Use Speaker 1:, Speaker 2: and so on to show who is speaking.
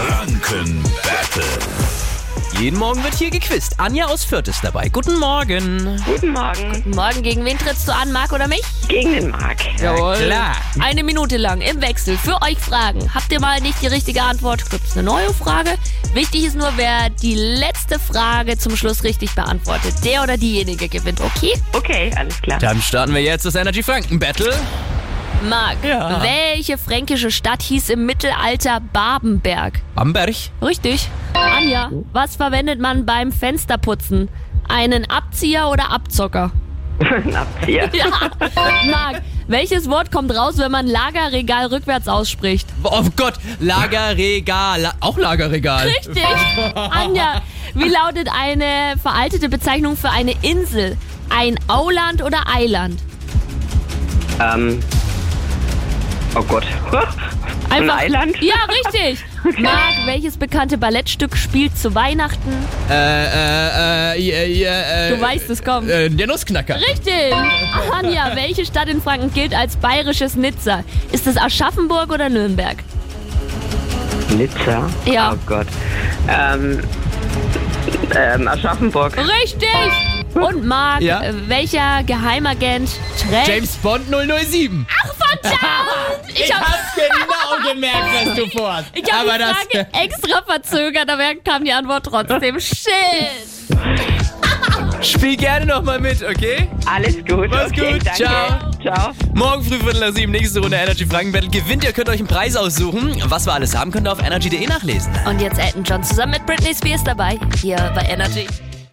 Speaker 1: Rockhütten Battle.
Speaker 2: Jeden Morgen wird hier gequizt. Anja aus Fürth ist dabei. Guten Morgen.
Speaker 3: Guten Morgen.
Speaker 4: Morgen gegen wen trittst du an, Marc oder mich?
Speaker 3: Gegen den Mark.
Speaker 2: Jawohl. Klar.
Speaker 4: Eine Minute lang im Wechsel für euch Fragen. Habt ihr mal nicht die richtige Antwort, gibt's eine neue Frage. Wichtig ist nur, wer die letzte Frage zum Schluss richtig beantwortet. Der oder diejenige gewinnt, okay?
Speaker 3: Okay, alles klar.
Speaker 2: Dann starten wir jetzt das Energy Franken Battle.
Speaker 4: Marc,
Speaker 2: Ja.
Speaker 4: welche fränkische Stadt hieß im Mittelalter Babenberg?
Speaker 2: Bamberg.
Speaker 4: Richtig. Anja, was verwendet man beim Fensterputzen? Einen Abzieher oder Abzocker?
Speaker 3: Ein Abzieher.
Speaker 4: Ja. Marc, welches Wort kommt raus, wenn man Lagerregal rückwärts ausspricht?
Speaker 2: Oh Gott, Lagerregal. La- Auch Lagerregal.
Speaker 4: Richtig. Anja, wie lautet eine veraltete Bezeichnung für eine Insel? Ein Auland oder Eiland?
Speaker 3: Ähm. Oh Gott. Ein Eiland?
Speaker 4: Ja, richtig. Marc, welches bekannte Ballettstück spielt zu Weihnachten?
Speaker 2: Äh, äh, äh, ja, ja, äh,
Speaker 4: Du weißt, es kommt.
Speaker 2: Äh, der Nussknacker.
Speaker 4: Richtig. Anja, welche Stadt in Franken gilt als bayerisches Nizza? Ist es Aschaffenburg oder Nürnberg?
Speaker 3: Nizza?
Speaker 4: Ja.
Speaker 3: Oh Gott. Ähm. Ähm, Aschaffenburg.
Speaker 2: Oh.
Speaker 4: Richtig. Und Marc,
Speaker 2: Ja?
Speaker 4: äh, welcher Geheimagent trägt...
Speaker 2: James Bond 007.
Speaker 4: Ach, verdammt. Ich hab-
Speaker 2: genau gemerkt, was du vorhast.
Speaker 4: Ich habe die Frage extra verzögert, aber kam die Antwort trotzdem. Shit!
Speaker 2: das spiel gerne nochmal mit, okay?
Speaker 3: Alles gut.
Speaker 2: Mach's
Speaker 3: okay,
Speaker 2: gut.
Speaker 3: Danke.
Speaker 2: Ciao.
Speaker 3: Ciao.
Speaker 2: Morgen früh Viertel nach sieben, nächste Runde Energy Franken Battle. Gewinnt, ihr könnt euch einen Preis aussuchen. Was wir alles haben, könnt ihr auf energy.de nachlesen.
Speaker 4: Und jetzt Elton John zusammen mit Britney Spears dabei, hier bei Energy.